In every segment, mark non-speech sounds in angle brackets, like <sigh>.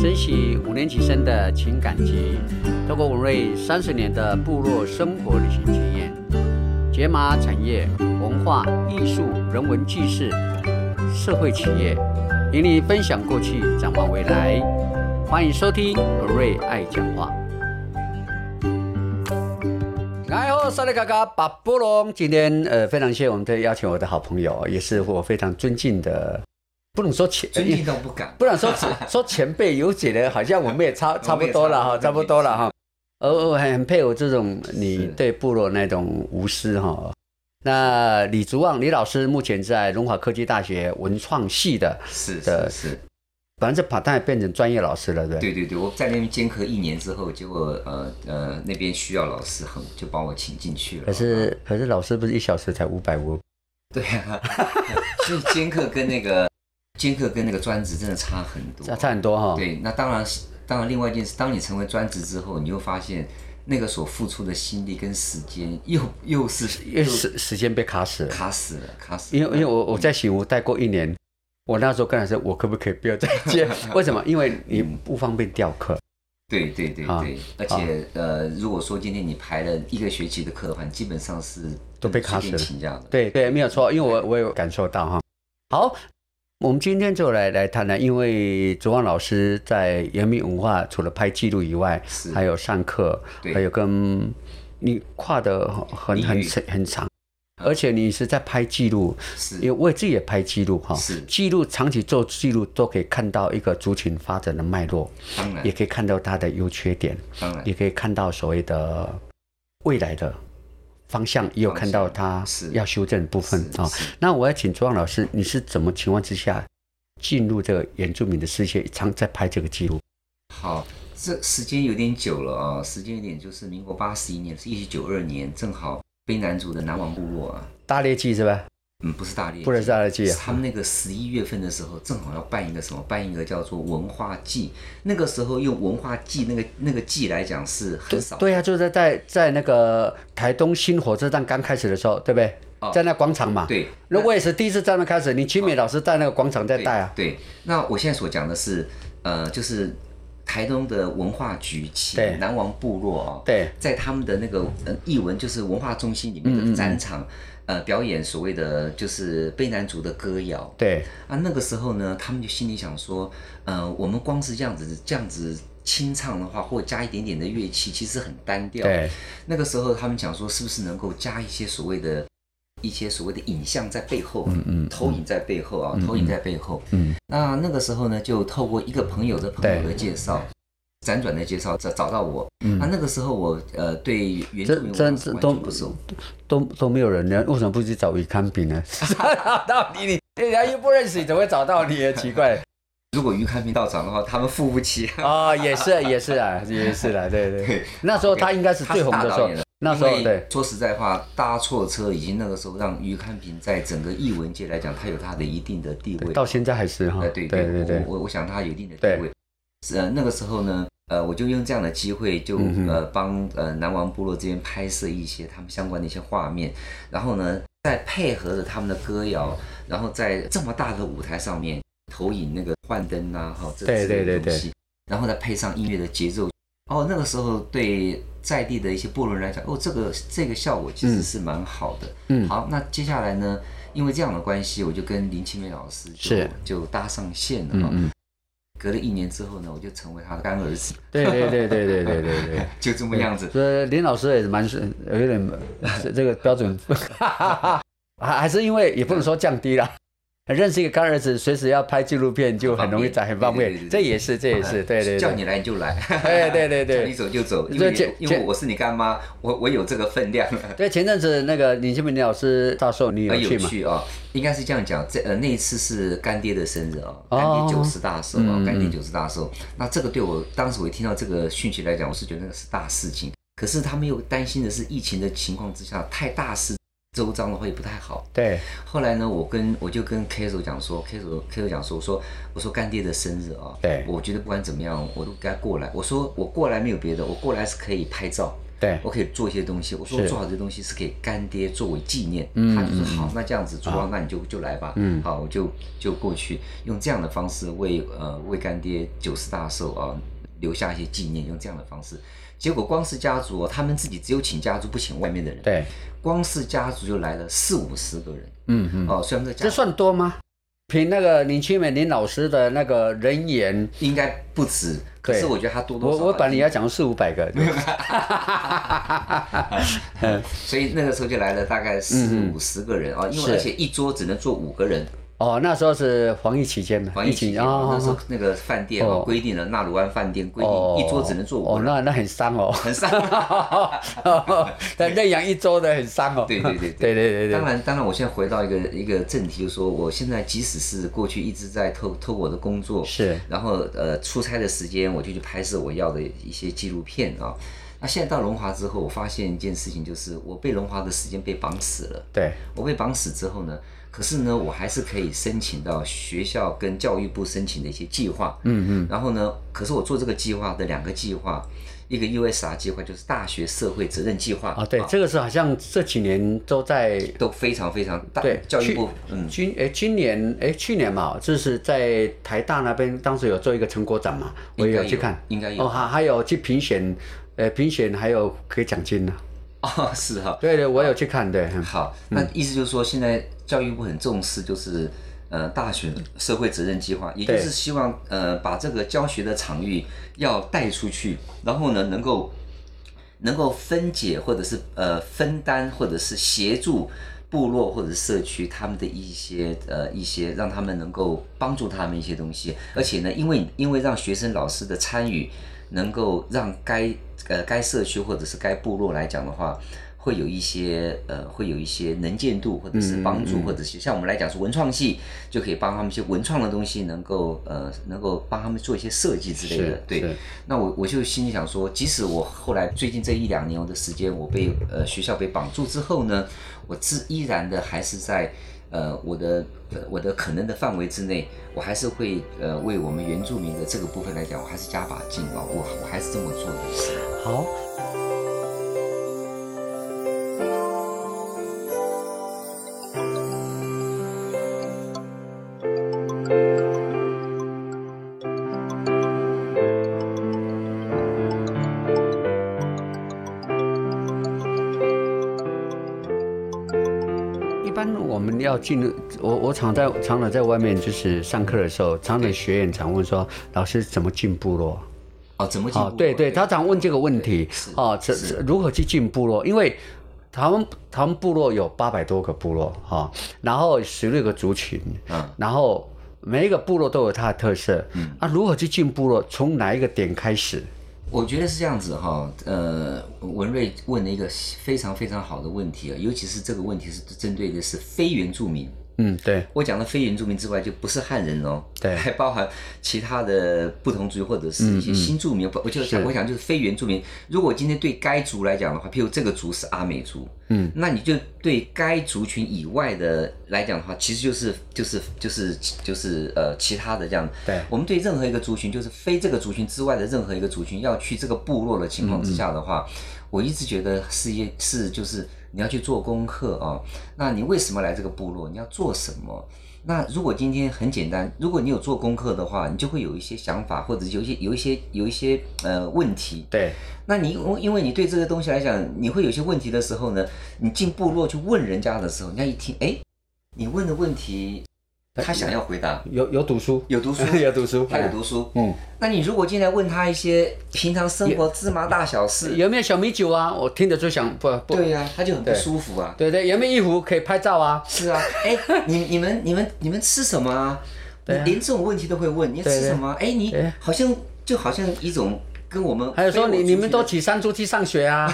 珍惜五年级生的情感集，透过文瑞三十年的部落生活旅行经验，解码产业、文化、艺术、人文纪事、社会企业，与你分享过去，展望未来。欢迎收听文瑞爱讲话。来后，萨利嘎嘎，巴波隆。今天呃，非常谢谢我们的邀请，我的好朋友，也是我非常尊敬的，不能说前尊敬都不敢。呃不然说前 <laughs> 说前辈有几人，好像我们也差差不多了哈，差不多了哈。呃，我很很佩服这种你是对部落那种无私哈。那李竹旺李老师目前在龙华科技大学文创系的，是的是是，反正把他变成专业老师了，对不对？对对对，我在那边兼课一年之后，结果呃呃那边需要老师很，就把我请进去了。可是可是老师不是一小时才五百五？对啊， <laughs> 所以兼课跟那个兼课跟那个专职真的差很多，差差很多哈。对，那当然是，当然，另外一件事，当你成为专职之后，你会发现那个所付出的心力跟时间又又是因为时时间被卡死了。卡死了，卡死了。因为因为我我在醒吾待过一年，我那时候跟他说，我可不可以不要再 <laughs> 接？为什么？因为你不方便调课。对对对啊对，而且呃，如果说今天你排了一个学期的课的话，你基本上是都被卡死随了便请假的。对对，没有错，因为我我有感受到哈。好，我们今天就来来谈谈，因为卓旺老师在原民文化除了拍记录以外，是还有上课，对还有跟你跨的很很领域很很长，而且你是在拍记录，是因为我自己也拍记录哈是，记录长期做记录都可以看到一个族群发展的脉络，当然也可以看到它的优缺点。当然也可以看到所谓的未来的方向，也有看到它方向是要修正的部分是啊、哦是那我要请朱旺老师，你是怎么情况之下进入这个原住民的世界，常在拍这个记录？好，这时间有点久了啊、时间有点就是民国八十一年，是一九九二年，正好卑南族的南王部落啊，大猎记是吧？嗯，不是大猎，不能是大猎记是啊，他们那个十一月份的时候，正好要办一个什么？办一个叫做文化祭。那个时候用文化祭那个那个祭来讲是很少。对呀、啊，就是在在那个台东新火车站刚开始的时候，对不对？哦在那广场嘛。。对哦那我也是第一次在那开始，你清美老师在那个广场在对带啊。对，那我现在所讲的是，呃，就是台东的文化局请对南王部落哦，对在他们的那个呃艺文就是文化中心里面的展场，呃，表演所谓的就是卑南族的歌谣。对啊，那个时候呢，他们就心里想说，呃，我们光是这样子这样子清唱的话，或加一点点的乐器，其实很单调。对，那个时候他们想说，是不是能够加一些所谓的一些所谓的影像在背后，嗯嗯，投影在背后啊，投影在背后。嗯，那那个时候呢，就透过一个朋友的朋友的介绍。辗转的介绍找找到我，嗯、啊，那个时候我呃对原住民这文这化是完都全不熟，都都没有人呢，为什么不去找维康比呢？找到你，你人家又不认识，你怎么会找到你？奇怪如果于开平到场的话，他们付不起。啊、也是也是啊，也是啦，对对对那时候他应 <laughs> 该是他最红大的时导候演了，那时候因为对说实在话，搭错车已经那个时候让于康平在整个艺文界来讲，他有他的一定的地位。到现在还是哈，呃，对对对对我我我想他有一定的地对位。是呃，那个时候呢，呃，我就用这样的机会就，嗯呃帮呃南王部落这边拍摄一些他们相关的一些画面，然后呢，再配合着他们的歌谣，然后在这么大的舞台上面投影那个幻灯啊，哈、这对之类的对对东西然后再配上音乐的节奏。哦，那个时候对在地的一些部落人来讲，哦，这个这个效果其实是蛮好的。嗯好，那接下来呢，因为这样的关系，我就跟林清美老师就是就搭上线了嗯哈、嗯，隔了一年之后呢，我就成为他的干 <laughs> 儿子，对对对对对对对对。就这么样子。所以林老师也是蛮是有一点这这个标准，还还是因为也不能说降低啦。认识一个干儿子，随时要拍纪录片就很容易找，很方对对便。对这也是，这也是， <laughs> 对对对。 <laughs> 叫你来你就来，对对对对 <laughs> 叫你走就走，因这为这因为我是你干妈，我我有这个分量。对，前阵子那个李新民老师到时候哎你有很去有吗？趣哦，应该是这样讲，这呃那一次是干爹的生日哦，哦干爹九十大寿嗯哦嗯，干爹九十大寿。那这个对我当时我一听到这个讯息来讲，我是觉得那个是大事情，可是他们又担心的是疫情的情况之下太大事周章的话也不太好。对，后来呢，我跟我就跟 K 手讲说，K 手 K 手讲说，我说我说干爹的生日啊、对我觉得不管怎么样，我都该过来。我说我过来没有别的，我过来是可以拍照，对我可以做一些东西。我说我是做好这东西是给干爹作为纪念，嗯他就是嗯好，那这样子，主啊要那你就就来吧，嗯好，我就就过去用这样的方式为呃为干爹九十大寿啊留下一些纪念，用这样的方式。结果光氏家族、哦、他们自己只有请家族，不请外面的人。，对，光氏家族就来了四五十个人嗯嗯，哦，虽然这家这算多吗？凭那个林清美林老师的那个人言，应该不止，可对是我觉得他多多我少少啊我本来已经要讲四五百 <laughs> 个，对所以那个时候就来了大概四嗯嗯五十个人啊、因是为而且一桌只能坐五个人。哦，那时候是防疫期间嘛，防疫期间嘛，哦那时候那个饭店哦啊规定了纳鲁湾饭店规哦定一桌只能坐五哦，个人，那那很伤哦， <laughs> 很伤。 <laughs> 但认养一周的很伤哦，对对对 <laughs> 对对对对当然，当然，我现在回到一个一个正题，就是说我现在即使是过去一直在透透过我的工作，是然后呃出差的时间，我就去拍摄我要的一些纪录片啊。那现在到龙华之后，我发现一件事情，就是我被龙华的时间被绑死了。对，我被绑死之后呢，可是呢，我还是可以申请到学校跟教育部申请的一些计划。嗯嗯，然后呢，可是我做这个计划的两个计划，一个 USR 计划就是大学社会责任计划啊对，这个是好像这几年都在都非常非常大对。教育去部嗯今诶今年诶去年嘛，就是在台大那边，当时有做一个成果展嘛，我也应该有去看，应该有哦，还还有去评选，呃，评选还有给奖金呢、 <laughs> 哦是哈、对对，我有去看，对，嗯好，那意思就是说，现在教育部很重视，就是呃大学社会责任计划，也就对是希望呃把这个教学的场域要带出去，然后呢能够能够分解或者是呃分担或者是协助。部落或者是社区，他们的一些呃一些，让他们能够帮助他们一些东西，而且呢，因为因为让学生老师的参与，能够让该呃该社区或者是该部落来讲的话，会有一些呃，会有一些能见度，或者是帮助，或者是像我们来讲是文创系，就可以帮他们一些文创的东西，能够呃，能够帮他们做一些设计之类的是。是对，那我我就心里想说，即使我后来最近这一两年我的时间，我被呃学校被绑住之后呢，我自依然的还是在呃我的呃我的可能的范围之内，我还是会呃为我们原住民的这个部分来讲，我还是加把劲啊、我我还是这么做的。是好。一般我们要进入，我我常在常常在外面就是上课的时候，常常学员常问说，老师怎么进步咯？哦，怎么进步哦，对对，他常问这个问题是哦，这是这如何去进部落？因为他们他们部落有八百多个部落哈、哦然后十六个族群，嗯。然后每一个部落都有它的特色。嗯啊，如何去进部落？从哪一个点开始？我觉得是这样子哈，呃，文瑞问了一个非常非常好的问题啊，尤其是这个问题是针对的是非原住民。嗯，对，我讲的非原住民之外，就不是汉人哦，对还 <laughs> 包含其他的不同族或者是一些新住民。我就嗯讲，是我讲就是非原住民。如果今天对该族来讲的话，譬如这个族是阿美族，嗯，那你就对该族群以外的来讲的话，其实就是就是就是就是呃其他的这样。对我们对任何一个族群，就是非这个族群之外的任何一个族群，要去这个部落的情况之下的话，我一直觉得是一是就是你要去做功课啊、那你为什么来这个部落？你要做什么？那如果今天很简单，如果你有做功课的话，你就会有一些想法，或者有一些有一些有一些呃问题。对，那你因为因为你对这个东西来讲，你会有些问题的时候呢，你进部落去问人家的时候，人家一听，哎，你问的问题，他想要回答，有有读书，有读书 <laughs> 有读书，他有读书，嗯，那你如果进来问他一些平常生活芝麻大小事，有没有小米酒啊？我听着就想不不，对呀、他就很嗯不对舒服啊。对对，有没有衣服可以拍照啊？是啊， <laughs> 哎、你你们你们你们吃什么啊？你对啊连这种问题都会问，你要吃对对什么啊？哎、你对好像就好像一种跟我们还有说非我你族你们群的都起山猪去上学 <laughs> 啊，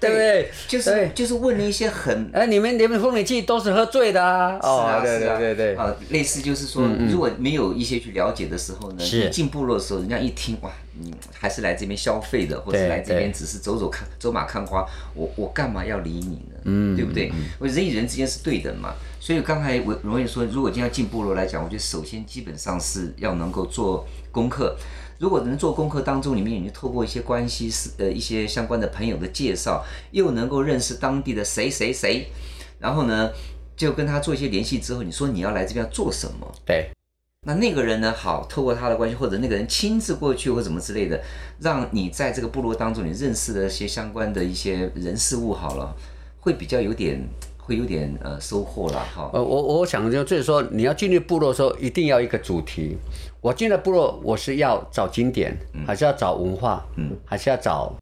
对不对？就是对就是问了一些很哎，你们你们妇女季都是喝醉的啊！是啊对是啊对对对，啊，类似就是说，如果没有一些去了解的时候呢，是你进部落的时候，人家一听哇，嗯还是来这边消费的，或者对是来这边对只是走走看走马看花，我我干嘛要理你呢？嗯对不对？我人与人之间是对等嘛，所以刚才我容易说，如果今天要进部落来讲，我觉得首先基本上是要能够做功课。如果能做功课当中，里面你透过一些关系是呃一些相关的朋友的介绍，又能够认识当地的谁谁谁，然后呢，就跟他做一些联系之后，你说你要来这边要做什么？对，那那个人呢？好，透过他的关系，或者那个人亲自过去，或怎么之类的，让你在这个部落当中，你认识的一些相关的一些人事物，好了，会比较有点，会有点呃收获啦，哈。呃，我我想就就是说，你要进入部落的时候，一定要一个主题。我进了部落，我是要找经典，还是要找文化，嗯还是要找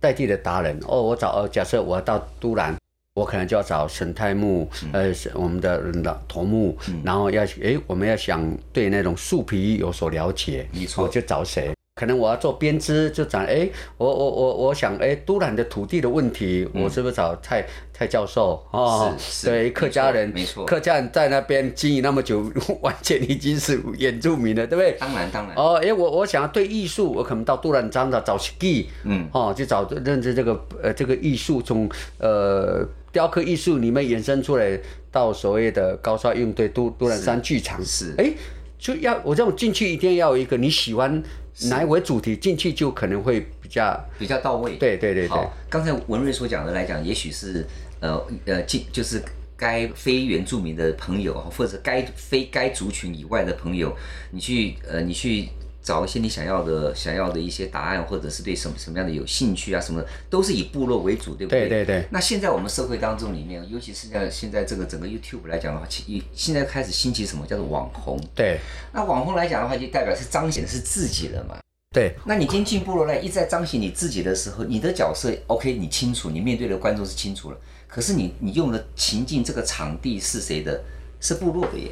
在地的达人？哦，我找呃，假设我要到都兰，我可能就要找神太木，嗯呃，是我们的嗯老头目，然后要诶，我们要想对那种树皮有所了解，没错我就找谁？可能我要做编织，就找诶，我我我我想诶，都兰的土地的问题，我是不是找蔡蔡教授哦？嗯是是对，客家人没错没错客家人在那边经营那么久， <laughs> 完全已经是原住民了，对不对？当然，当然，哦，哎，我我想要对艺术，我可能到杜兰章的找 ski，嗯，哦，就找认识这个呃这个艺术从呃雕刻艺术里面延伸出来到所谓的高沙应对杜杜兰山剧场，是哎，就要我这种进去一定要有一个你喜欢哪一为主题进去就可能会比较比较到位。对对对对好，刚才文瑞所讲的来讲，也许是呃呃，进就是该非原住民的朋友，或者该非该族群以外的朋友，你去呃你去找一些你想要的想要的一些答案，或者是对什么什么样的有兴趣啊什么的，都是以部落为主，对不对对对对那现在我们社会当中里面，尤其是在现在这个整个 YouTube 来讲的话，其现在开始兴起什么叫做网红？对那网红来讲的话，就代表是彰显是自己了嘛。对那你今天进部落来一再彰显你自己的时候，你的角色 OK，你清楚，你面对的观众是清楚了。可是你你用的情境，这个场地是谁的？是部落的耶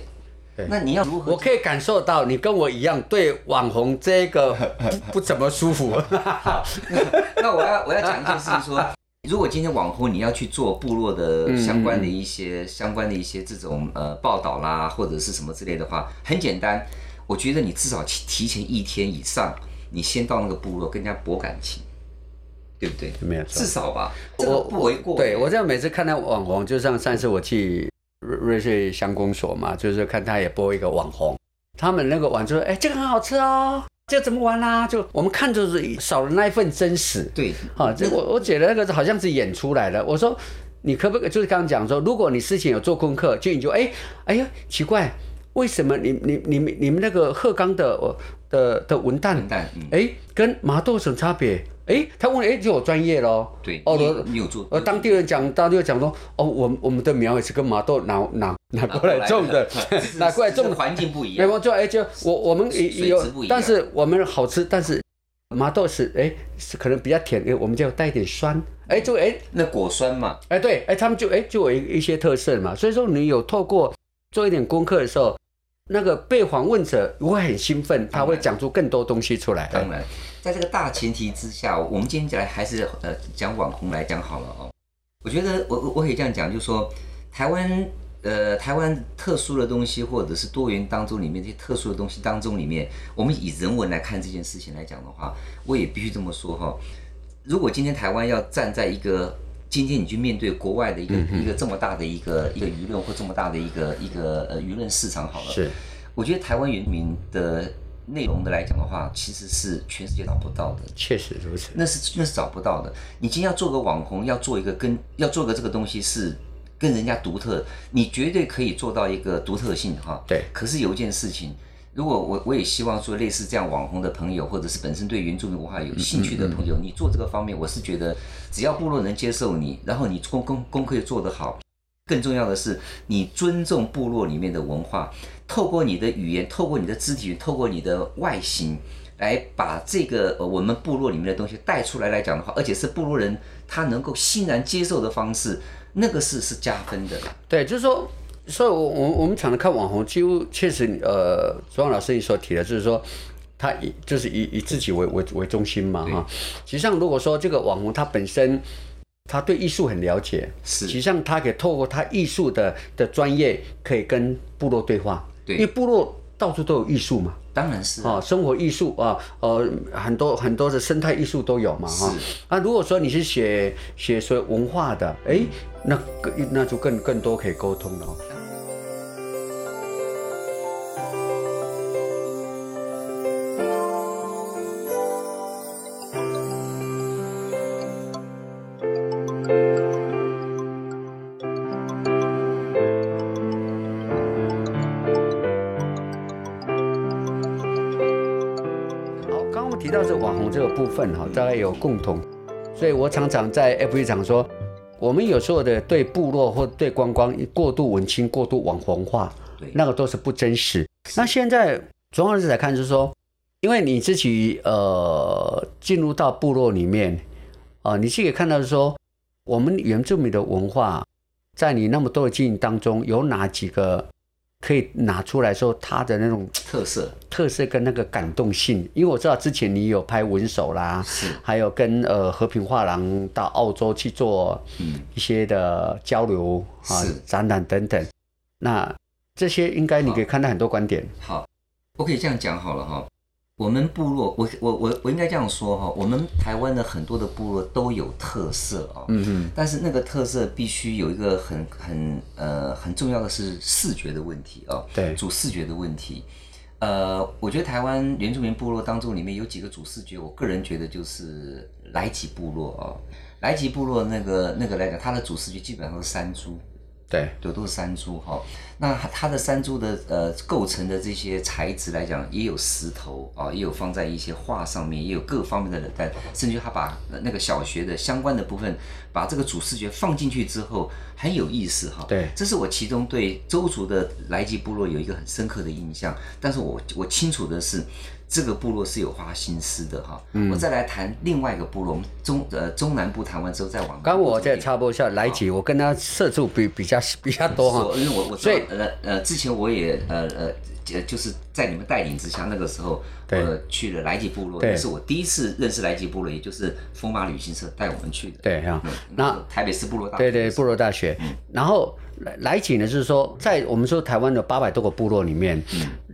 对。那你要如何？我可以感受到你跟我一样对网红这个不不怎么舒服。那我要我要讲一件事情说， <laughs> 如果今天网红你要去做部落的相关的一些、相关的一些这种呃报道啦，或者是什么之类的话，很简单，我觉得你至少提提前一天以上，你先到那个部落跟人家博感情，对不对？没有错至少吧，这个不为过。对我这样每次看到网红，就像上次我去瑞瑞穗乡公所嘛，就是看他也播一个网红，他们那个碗就说：“哎，这个很好吃哦，这个怎么玩啦、就我们看就是少了那一份真实。对，啊，这我我觉得那个好像是演出来的。我说你可不可以就是刚刚讲说，如果你事情有做功课，就你就哎哎呀奇怪，为什么你你你们你们那个鹤冈的呃的的文旦笨蛋，嗯，哎，跟麻豆有什么差别？哎，他问哎，就我专业咯。对，哦你我你有做，呃，当地人讲，当地人讲说，哦，我们我们的苗也是跟麻豆拿拿拿过来种 <laughs> 的， <laughs> 拿过来种的。环境不一没样，有，就哎就我我们水也有水质不一，样但是我们好吃，但是麻豆是哎是可能比较甜，哎我们就带一点酸，哎就哎那果酸嘛，哎对，哎他们就哎就有一一些特色嘛，所以说你有透过做一点功课的时候，那个被访问者会很兴奋，他会讲出更多东西出来。当然，在这个大前提之下，我们今天来还是呃讲网红来讲好了哦。我觉得我我我可以这样讲，就是说台湾呃台湾特殊的东西，或者是多元当中里面这些特殊的东西当中里面，我们以人文来看这件事情来讲的话，我也必须这么说哈、如果今天台湾要站在一个今天你去面对国外的一个、一个这么大的一个一个舆论或这么大的一个一个呃舆论市场好了，是，我觉得台湾原民的内容的来讲的话，其实是全世界找不到的，确实如此。那是那是找不到的。你今天要做个网红，要做一个跟要做个这个东西是跟人家独特，你绝对可以做到一个独特性哈。对可是有一件事情，如果我我也希望说类似这样网红的朋友，或者是本身对原住民文化有兴趣的朋友，你做这个方面，我是觉得只要部落能接受你，然后你功功功课又做得好，更重要的是，你尊重部落里面的文化，透过你的语言，透过你的肢体语言，透过你的外形，来把这个呃我们部落里面的东西带出来来讲的话，而且是部落人他能够欣然接受的方式，那个是是加分的。对，就是说，所以我我我们常常看网红，几乎确实，呃，庄老师你所提的，就是说，他以就是以以自己为为为中心嘛，对哈。实际上，如果说这个网红他本身他对艺术很了解，是实际上他可以透过他艺术的的专业，可以跟部落对话，对因为部落到处都有艺术嘛，当然是哦，生活艺术啊，呃，很多很多的生态艺术都有嘛哈。那、如果说你是写写说文化的，哎，那更那就更更多可以沟通了哦。好，刚刚我提到是网红这个部分哈，大概有共同，所以我常常在 FB 上说，我们有时候的对部落或对观光过度文青、过度网红化，对那个都是不真实。那现在从我的来看，就是说，因为你自己呃进入到部落里面，啊、你自己也看到说，我们原住民的文化，在你那么多的经营当中，有哪几个可以拿出来说它的那种特色特色跟那个感动性，因为我知道之前你有拍文手啦，是还有跟呃和平画廊到澳洲去做嗯一些的交流啊是、展览等等。那这些应该你可以看到很多观点，好，我可以这样讲好了哈。我们部落，我我我我应该这样说哈，我们台湾的很多的部落都有特色哦，嗯嗯，但是那个特色必须有一个很很呃很重要的是视觉的问题哦，对主视觉的问题。呃，我觉得台湾原住民部落当中里面有几个主视觉，我个人觉得就是莱吉部落哦，莱吉部落那个那个来讲，它的主视觉基本上都是山猪，对，对，都是山猪哈、那它的山猪的呃构成的这些材质来讲，也有石头啊、也有放在一些画上面，也有各方面的但甚至他把呃那个小学的相关的部分，把这个主视觉放进去之后，很有意思哈、对这是我其中对周族的莱吉部落有一个很深刻的印象，但是我我清楚的是。这个部落是有花心思的哈，嗯我再来谈另外一个部落，我们中呃中南部谈完之后再往南刚部我走再一插播一下，来几我跟他涉足比比较比较多我哈，因为我我知所道以呃呃，之前我也呃呃呃，就是在你们带领之下，那个时候我、对去了莱吉部落，对也是我第一次认识莱吉部落，也就是风马旅行社带我们去的。对啊嗯，那个台北市部落大学对对，部落大学。然后来来几呢，是说在我们说台湾的八百多个部落里面，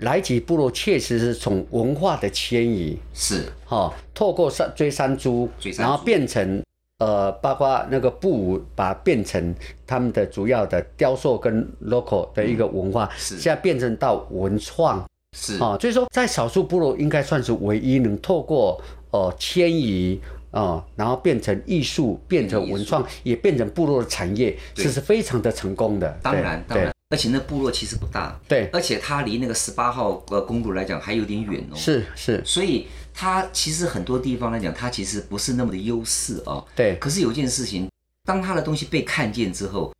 来几部落确实是从文化的迁移，是哦，透过山追山猪，追山然后猪变成呃，包括那个布舞，把它变成他们的主要的雕塑跟 local 的一个文化，嗯是现在变成到文创是啊、哦，所以说在少数部落应该算是唯一能透过呃迁移。哦，然后变成艺术，变成文创，也变成部落的产业，对这是非常的成功的。当对然当然，，而且那部落其实不大，对对，而且它离那个十八号呃公路来讲还有点远哦。。是是，所以它其实很多地方来讲，它其实不是那么的优势哦。对可是有一件事情，当他的东西被看见之后，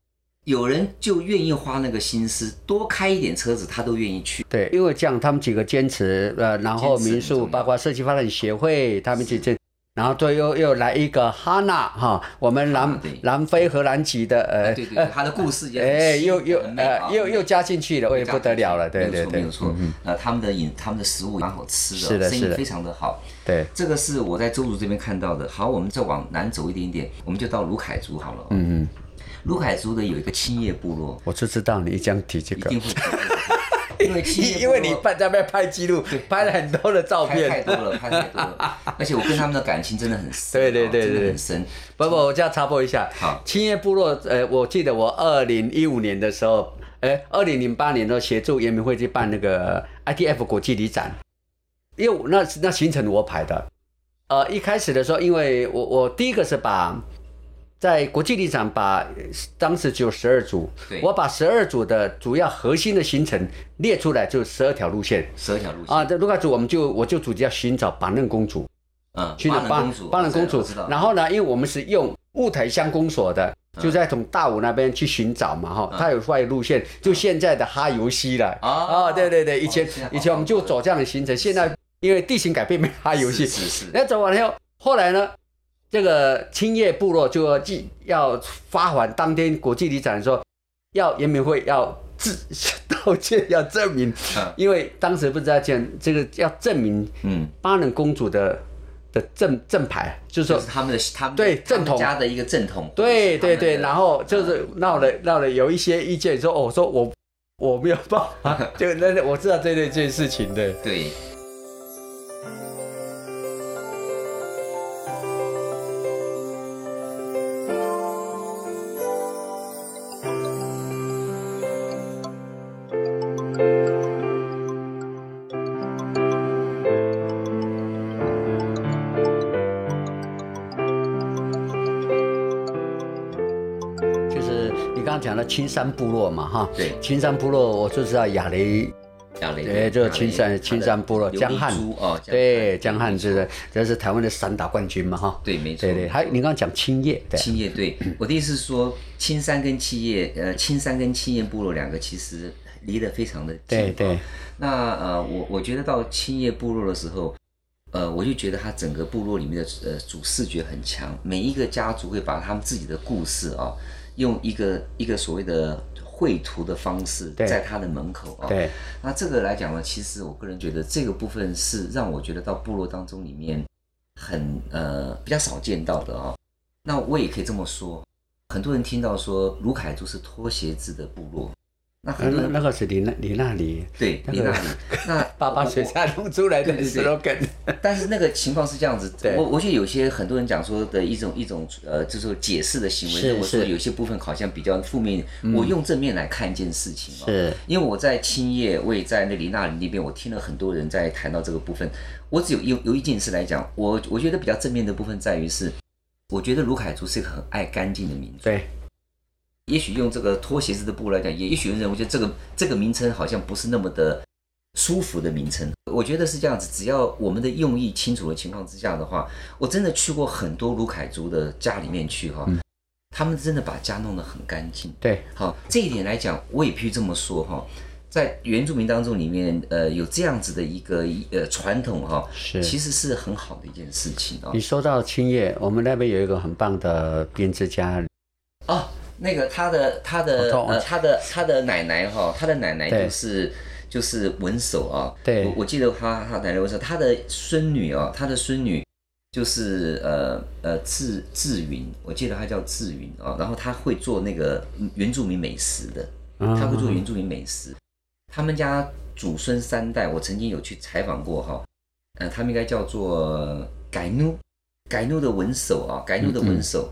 有人就愿意花那个心思，多开一点车子，他都愿意去。对，因为这样他们几个坚持，呃，然后坚持民很重宿要包括社区发展协会，他们去这，然后最后又来一个哈娜哈，我们南娜对南非荷兰籍的呃，对对对，他的故事也很哎，吸引又又很美啊呃又又加进去了，哎，不得了了，对对没对有错，没有错。呃，他们的饮他们的食物蛮好吃的，是的生是意的非常的好。对，这个是我在周族这边看到的。好，我们再往南走一点点，我们就到卢凯族好了。嗯嗯，卢凯族的有一个青叶部落，我就知道你一讲提这一个定， <laughs> 会看到，因为青叶部因落因为你拍在那边拍记录，拍了很多的照拍太片。多了，拍太 <laughs> 多了，而且我跟他们的感情真的很深，对对对哦真的对很深。不不，我这样插播一下，好青叶部落，呃，我记得我二零一五年的时候，哎，二零零八年的时候协助圆明会去办那个 ITF 国际旅展，因为我那那行程我排的，呃，一开始的时候，因为我我第一个是把在国际旅展把当时只有十二组对，我把十二组的主要核心的行程列出来，就十二条路线十二条路线啊。，这卢卡组我们就我就主题要寻找板嫩公主。嗯，去巴了冷巴公主，巴冷公主我知道，然后呢，因为我们是用雾台乡公所的，就在从大武那边去寻找嘛，哈，它有外路线，就现在的哈游西了。嗯啊啊，对对对，以前哦现在好以前我们就走这样的行程，现在因为地形改变，没有哈游是戏。是是，那走完了以后，后来呢，这个青叶部落就要记要发还当天国际旅展的时候，要圆明会要自 <laughs> 道歉，要证明 <laughs> 嗯，因为当时不知道讲这个要证明嗯，巴冷公主的的正正牌，就是就说是，他们的他们对他们正统家的一个正统，对或者对是他们的对，然后就是闹了闹了有一些意 <laughs> 见，说哦，我说我我没有办法，就那那我知道这这件事情的，对，讲到青山部落嘛，哈，对，青山部落我就知道亚雷，亚雷，对，就是青山青山部落江汉，哦，对，江汉这个这是台湾的散打冠军嘛，哈，对，没错，对对，还有你刚刚讲青叶，对，青叶对，我的意思是说，青山跟七叶，呃，青山跟七叶部落两个其实离得非常的近。啊对对。那呃，我我觉得到青叶部落的时候，呃，我就觉得他整个部落里面的呃主视觉很强，每一个家族会把他们自己的故事啊、用一个一个所谓的绘图的方式，对在他的门口啊、对，那这个来讲呢，其实我个人觉得这个部分是让我觉得到部落当中里面很呃比较少见到的哦。那我也可以这么说，很多人听到说卢凯族是拖鞋制的部落，那那很多那人、那个是你那你那里对嗯那你个那里那 <laughs> 爸爸我水下弄出来的对对对 slogan，但是那个情况是这样子对，我我觉得有些很多人讲说的一种一种呃，就是说解释的行为，是我说是嗯有些部分好像比较负面。我用正面来看一件事情哦，是因为我在青叶，我也在那里那里那边，我听了很多人在谈到这个部分。我只有有有一件事来讲，我我觉得比较正面的部分在于是，我觉得卢凯族是一个很爱干净的民族。对也许用这个拖鞋子的布来讲，也也许有人认为，就这个这个名称好像不是那么的舒服的名称。我觉得是这样子，只要我们的用意清楚的情况之下的话，我真的去过很多卢凯族的家里面去哈、他们真的把家弄得很干净。对，好，这一点来讲，我也必须这么说哈、在原住民当中里面，呃，有这样子的一个呃传统哈、是其实是很好的一件事情啊、你说到青叶，我们那边有一个很棒的编织家，哦，那个他的他我的懂呃他的他的奶奶哈，他的奶奶对就是就是文手啊。对我我记得他他奶奶文手，他的孙女啊，他的孙女就是呃呃志志云，我记得她叫志云啊，然后她会做那个原住民美食的，嗯她会做原住民美食。他们家祖孙三代，我曾经有去采访过哈，呃，他们应该叫做改奴，改奴的文手啊，改奴的嗯文手，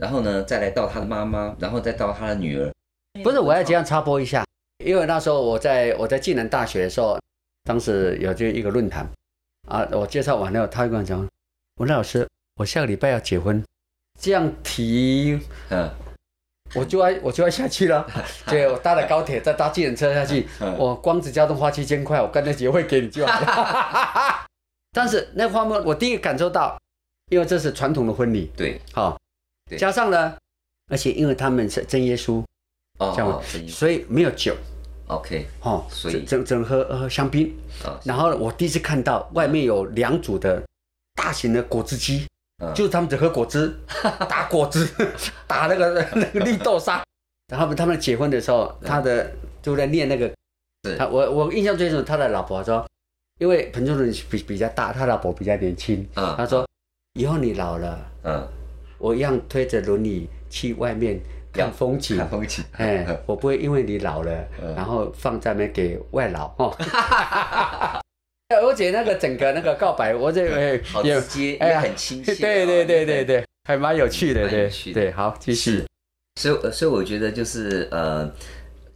然后呢，再来到他的妈妈，然后再到他的女儿，哎不是，我要这样插播一下，因为那时候我在我在暨南大学的时候，当时有这一个论坛啊，我介绍完了，他就跟我讲，文老师，我下个礼拜要结婚，这样提嗯，我就要我就要下去了，对，我搭了高铁，再搭计程车下去，嗯我光子交通花七千块，我干脆结汇给你就好了。但是那方面，我第一个感受到，因为这是传统的婚礼，对，好、对加上呢，而且因为他们是真耶稣，哦，这样哦声音所以没有酒， ，OK，哦，所以整整喝喝香槟。啊，然后我第一次看到外面有两组的大型的果汁机，嗯就是他们只喝果 <laughs> 汁，打果汁， <laughs> 打那个那个绿豆沙。然后他们结婚的时候，嗯他的就在念那个是，他我我印象最深刻，他的老婆说，因为彭仲伦比比较大，他老婆比较年轻，嗯他说以后你老了，嗯，我一样推着轮椅去外面看风景，看风景，哎，我不会因为你老了，嗯然后放在那边给外 <laughs> 劳哦。而且那个整个那个告白，我这哎嗯好也直接，哎也呀很亲切 <laughs> 啊，对对对对对，还蛮有趣的，蛮有对趣的对，好，继续是，所以，呃所以我觉得就是呃，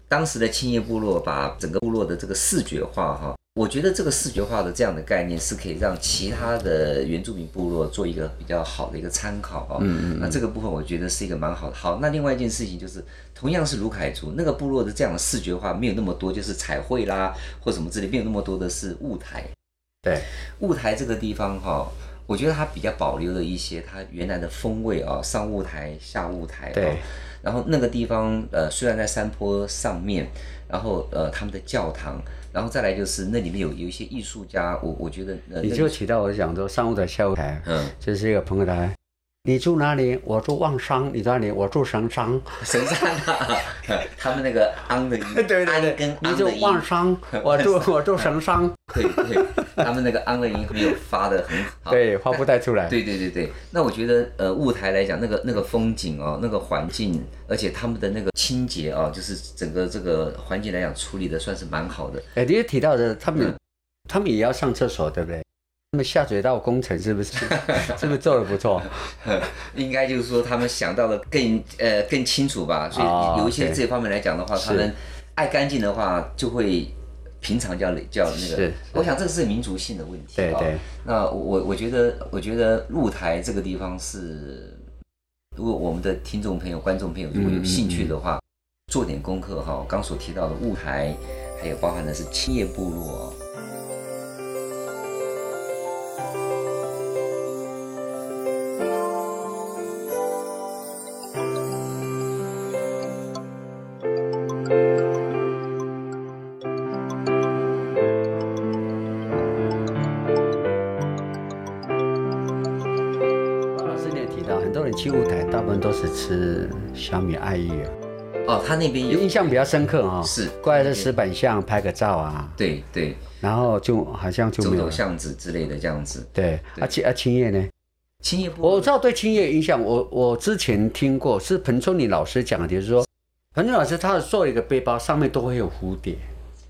当时的青叶部落把整个部落的这个视觉化哈，我觉得这个视觉化的这样的概念是可以让其他的原住民部落做一个比较好的一个参考啊、嗯嗯嗯那这个部分我觉得是一个蛮好的。好，那另外一件事情就是，同样是卢凯族那个部落的这样的视觉化没有那么多，就是彩绘啦或什么之类，没有那么多的是雾台。对，雾台这个地方哈、我觉得它比较保留了一些它原来的风味啊、上雾台、下雾台、啊。对然后那个地方呃，虽然在山坡上面，然后呃，他们的教堂，然后再来就是那里面有有一些艺术家，我我觉得呃，你那就个提到我讲说上午台下午台，嗯，就是一个朋友来，你住哪里？我住望山，你住哪里？我住神 <laughs> 山，神山啊，他们那个昂的音， <laughs> 对对安对跟，你昂住的音，望 <laughs> 山，我住我住神山，对对，他们那个昂的音没有发的很好，对，花不带出来，对对对对，那我觉得呃，雾台来讲，那个那个风景哦，那个环境，而且他们的那个清洁哦，就是整个这个环境来讲处理的算是蛮好的。哎，你也提到的，他们、嗯他们也要上厕所，对不对？他们下水道工程是不是 <laughs> 是不是做的不 <laughs> 错？应该就是说他们想到的更呃更清楚吧，所哦以有一些 OK 这方面来讲的话，是他们爱干净的话就会平常叫叫那是个是，我想这是民族性的问题。对啊对。那我我我觉得我觉得露台这个嗯地方是，如果我们的听众朋友、观众朋友如果有兴趣的话，做点功课哈。我刚所提到的雾台，还有包含的是青叶部落。老师你也提到，很多人去雾台，大部分都是吃小米爱玉啊，哦，他那边有有印象比较深刻啊、哦。是过来在石板巷拍个照啊，对对，然后就好像就走没有走了。巷子之类的这样子。对，对而且而青叶呢，青叶部落我知道对青叶影响，我我之前听过是彭春林老师讲的，就是说彭春林老师他做了一个背包，上面都会有蝴蝶，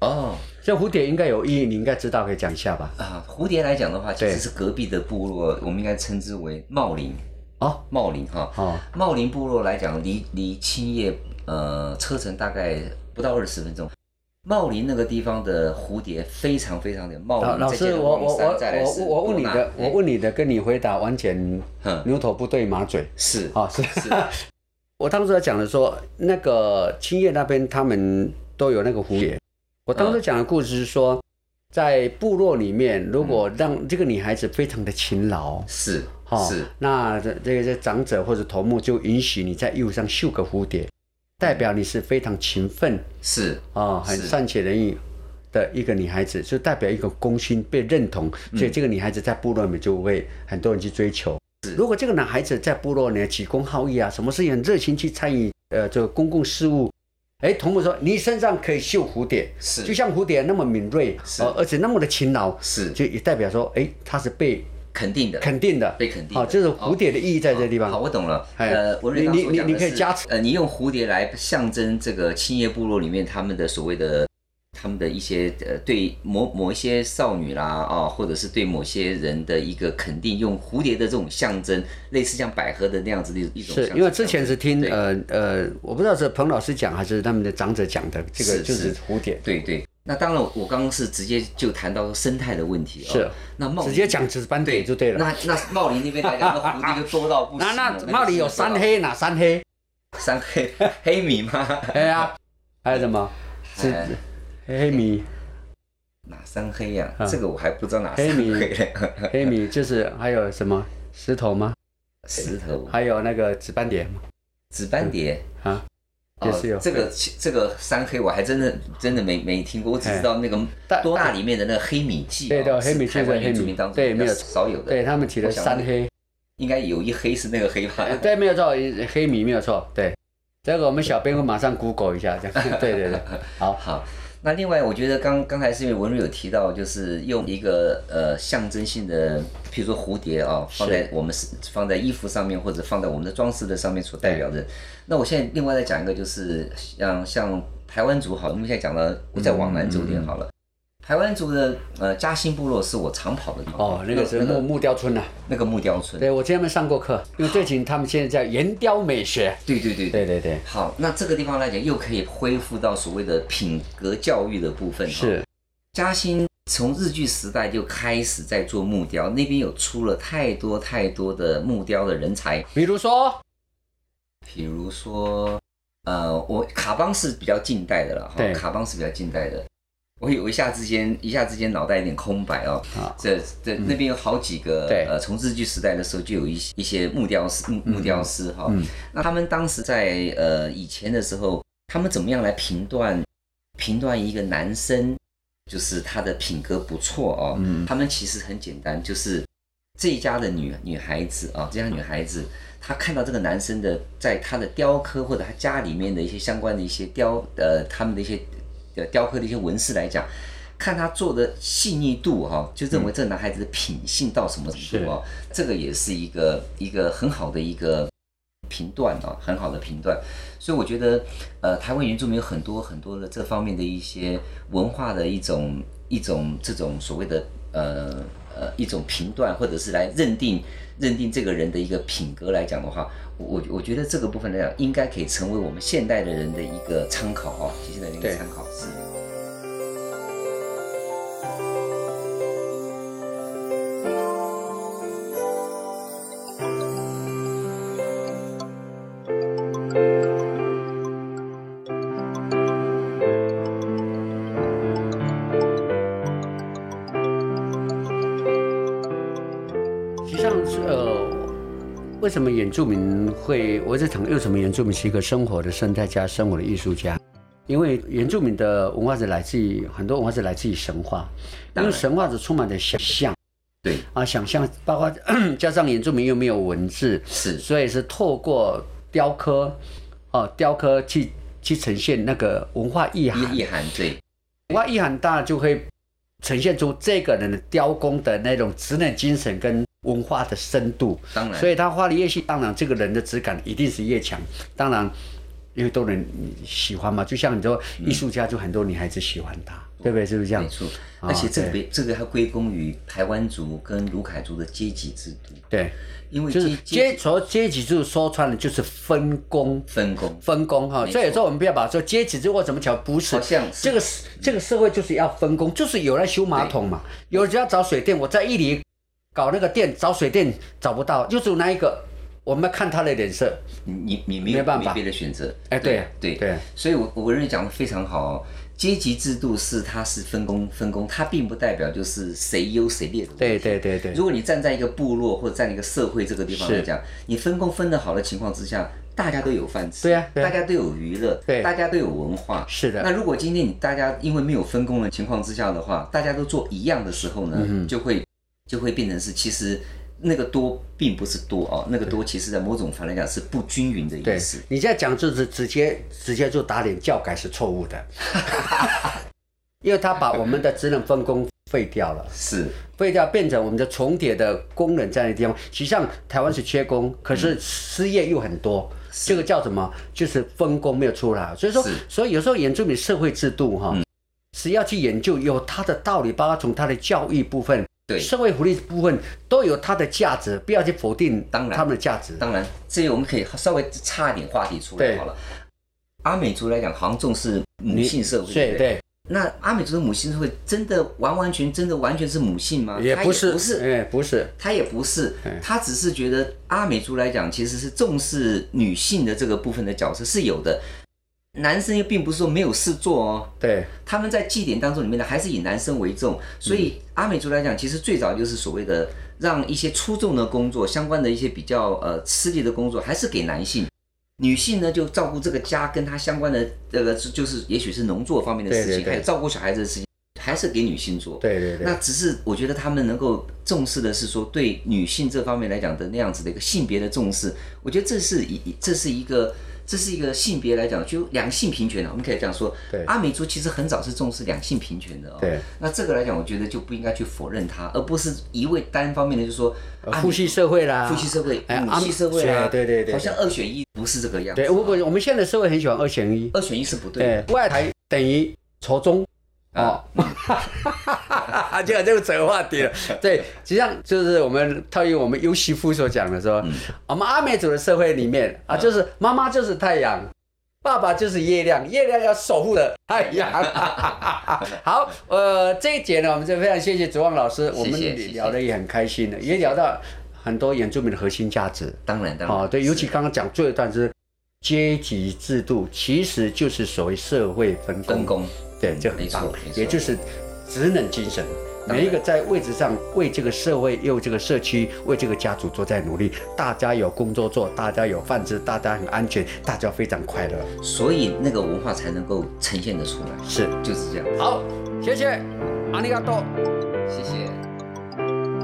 哦这蝴蝶应该有意义，你应该知道，可以讲一下吧？啊，蝴蝶来讲的话，其对实是隔壁的部落，我们应该称之为茂林。哦茂林哈，哦，茂林部落来讲，离离青叶呃车程大概不到二十分钟。茂林那个地方的蝴蝶非常非常的茂老林。老再接师，着我茂林我山我再来我是我问你多纳的，我哎问你的跟你回答完全哼牛头不对马嘴是啊、是。 <laughs> 是我当时讲的说，那个青叶那边他们都有那个蝴蝶。我当嗯时讲的故事是说，在部落里面，如果嗯让这个女孩子非常的勤劳，是 <laughs> 哈、是那这这个长者或者头目就允许你在衣服上绣个蝴蝶，代表你是非常勤奋是啊、很是善解人意的一个女孩子，就代表一个功勋被认同，嗯所以这个女孩子在部落里面就会很多人去追求。如果这个男孩子在部落呢，举公好义啊，什么事情很热情去参与，呃，这个公共事务。哎，同母说你身上可以绣蝴蝶，是就像蝴蝶那么敏锐，是呃，而且那么的勤劳，是就也代表说，哎，他是被肯定的，肯定的，被肯定的哦好、这是蝴蝶的意义在这个地方。好，我懂了。哎呃，文瑞你刚你所讲你的你可以是加持呃，你用蝴蝶来象征这个青叶部落里面他们的所谓的他们的一些呃对某某一些少女啦啊、或者是对某些人的一个肯定，用蝴蝶的这种象征，类似像百合的那样子的一种象是征。因为之前是听对呃呃，我不知道是彭老师讲还是他们的长者讲的，这个是就是是蝴蝶，对对，那当然我刚刚是直接就谈到生态的问题哦。是那茂直林接讲值班点就对了。那那茂林那边来讲，那蝴蝶就多到不行那 <laughs> 了。那个茂里是有多三到黑哪三黑？三黑 <laughs> 黑米吗？哎呀，还有什么？是哎黑米，哪三黑呀、啊这个我还不知道哪三黑米黑嘞。 <laughs> 黑米就是还有什么石头吗？石头、还有那个值班点吗？紫斑蝶啊，也是有哦这个这个三黑我还真的真的没没听过，我只知道那个大多纳里面的那个黑米记、哦，哎对对黑米记是台对湾黑原米住民当中对比没较有少有的，对他们提了三黑，应该有一黑是那个黑吧？哎对，没有错，黑米没有错，对。这个我们小编会马上 Google 一下，这样对对对，好，好，那另外我觉得刚刚才是因为文瑞有提到，就是用一个呃象征性的，譬如说蝴蝶啊、放在我们是放在衣服上面，或者放在我们的装饰的上面所代表的。那我现在另外再讲一个，就是像像台湾族好了，我们现在讲了，我再往南走点好嗯了。台湾族的呃嘉兴部落是我常跑的地方哦，那个是那木个木雕村呐、啊，那个木雕村，对我之前们上过课，因为最近他们现在叫岩雕美学，对对对对对对，好，那这个地方来讲，又可以恢复到所谓的品格教育的部分。哈是嘉兴从日据时代就开始在做木雕，那边有出了太多太多的木雕的人才，比如说，比如说，呃，我卡邦是比较近代的了哈对，卡邦是比较近代的。我有一下之间，一下之间脑袋有点空白哦好。这这那边有好几个啊嗯对，呃，从日据时代的时候就有一些一些木雕师、木木雕师哈嗯。那他们当时在呃以前的时候，他们怎么样来评断评断一个男生，就是他的品格不错哦。他们其实很简单，就是这一家的女女孩子啊，这家女孩子，她看到这个男生的在他的雕刻或者他家里面的一些相关的一些雕呃他们的一些呃雕刻的一些纹饰来讲，看他做的细腻度哈、就认为这个男孩子的品性到什么程度哦，这个也是一个一个很好的一个评断哦，很好的评断。所以我觉得，呃，台湾原住民有很多很多的这方面的一些文化的一种一种这种所谓的呃呃一种评断，或者是来认定认定这个人的一个品格来讲的话，我我我觉得这个部分来讲，应该可以成为我们现代的人的一个参考哦，现代人的一对个参考是。际上是呃，为什么原住民会？我在讲为什么原住民是一个生活的生态家、生活的艺术家？因为原住民的文化是来自于很多文化是来自于神话，因当为然神话是充满着想象对，啊，想象包括嗯加上原住民又没有文字，是所以是透过雕刻，哦，雕刻去去呈现那个文化意涵。意意涵对，文化意涵大，就会呈现出这个人的雕工的那种职能精神跟文化的深度。当然所以他画的越细，当然这个人的质感一定是越强。当然，因为都能喜欢嘛，就像你说，艺术家就很多女孩子喜欢他，嗯对不对？是不是这样没？错。啊而且这个对别这个还归功于台湾族跟卢凯族的阶级制度，对，因为就是阶阶阶所谓阶级制度说穿了就是分工。分工分工哈，错所以有时候我们不要把说阶级制或怎么讲，不是好像是这个是这个社会就是要分工，就是有人修马桶嘛，有人要找水电，我在伊犁搞那个店找水电找不到，就只有那一个，我们要看他的脸色，你你你没没有办法别的选择。哎对对对所以我我认为讲的非常好、哦。阶级制度是它是分工分工，它并不代表就是谁优谁劣的问题。对对对对如果你站在一个部落或者站在一个社会这个地方是来讲，你分工分得好的情况之下，大家都有饭吃，对啊对啊大家都有娱乐，对大家都有文化。是的那如果今天你大家因为没有分工的情况之下的话，大家都做一样的时候嗯呢，就会就会变成是其实。那个多并不是多哦，那个多其实在某种方面来讲是不均匀的对意思。你这样讲就是直接直接就打脸教改是错误 <laughs> 的，因为他把我们的职能分工废掉了。是，废掉变成我们的重叠的工人在那地方。实际上，台湾是缺工，可是失业又很多，这个叫什么？就是分工没有出来。所以说嗯是，嗯所以有时候原住民社会制度哈、是要去研究有它的道理，包括从它的教育部分、对社会福利部分都有它的价值，不要去否定当然他们的价值。当然，这里我们可以稍微差一点话题出来对好了。阿美族来讲，好像重视母性社会，对对不对？对，那阿美族的母性社会真的完完全真的完全是母性吗？也它不是，啊不是，哎，不是，他也不是哎，他只是觉得阿美族来讲，其实是重视女性的这个部分的角色是有的。男生又并不是说没有事做哦，对，他们在祭典当中里面呢，还是以男生为重，所嗯以阿美族来讲，其实最早就是所谓的让一些出众的工作相关的一些比较呃吃力的工作，还是给男性。女性呢，就照顾这个家跟她相关的这个就就是，也许是农作方面的事情，对对对还有照顾小孩子的事情，还是给女性做。对对对那。只是我觉得他们能够重视的是说对女性这方面来讲的那样子的一个性别的重视，我觉得这是一这是一个这是一个性别来讲就两性平权的，我们可以这样说对。阿美族其实很早是重视两性平权的哦。对。那这个来讲，我觉得就不应该去否认它，而不是一味单方面的就说呃啊父系社会啦，父系社会、哎母阿系社会啊，对对对对好像二选一不是这个样子。对，我我我们现在的社会很喜欢二选一，二选一是不对啊对的，。外台等于仇中。哦，就 <laughs> 有这个扯话 <laughs> 题了。对，实际上就是我们套用我们尤媳妇所讲的说，嗯啊我们阿美族的社会里面啊，就是妈妈就是太阳，爸爸就是月亮，月亮要守护的太 <laughs> 阳。好，呃，这一节呢，我们就非常谢谢卓旺老师，我们谢谢聊得也很开心的，也聊到很多原住民的核心价值。当然当然。哦，对，尤其是刚刚讲最后一段是阶级制度，其实就是所谓社会分工。分工，对，这很没棒错，没，错也就是职能精神。当然每一个在位置上为这个社会、为这个社区、为这个家族都在努力，大家有工作做，大家有饭吃，大家很安全，大家非常快乐。所以那个文化才能够呈现得出来。是，就是这样。好，谢谢，阿里嘎多。谢谢。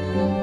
thank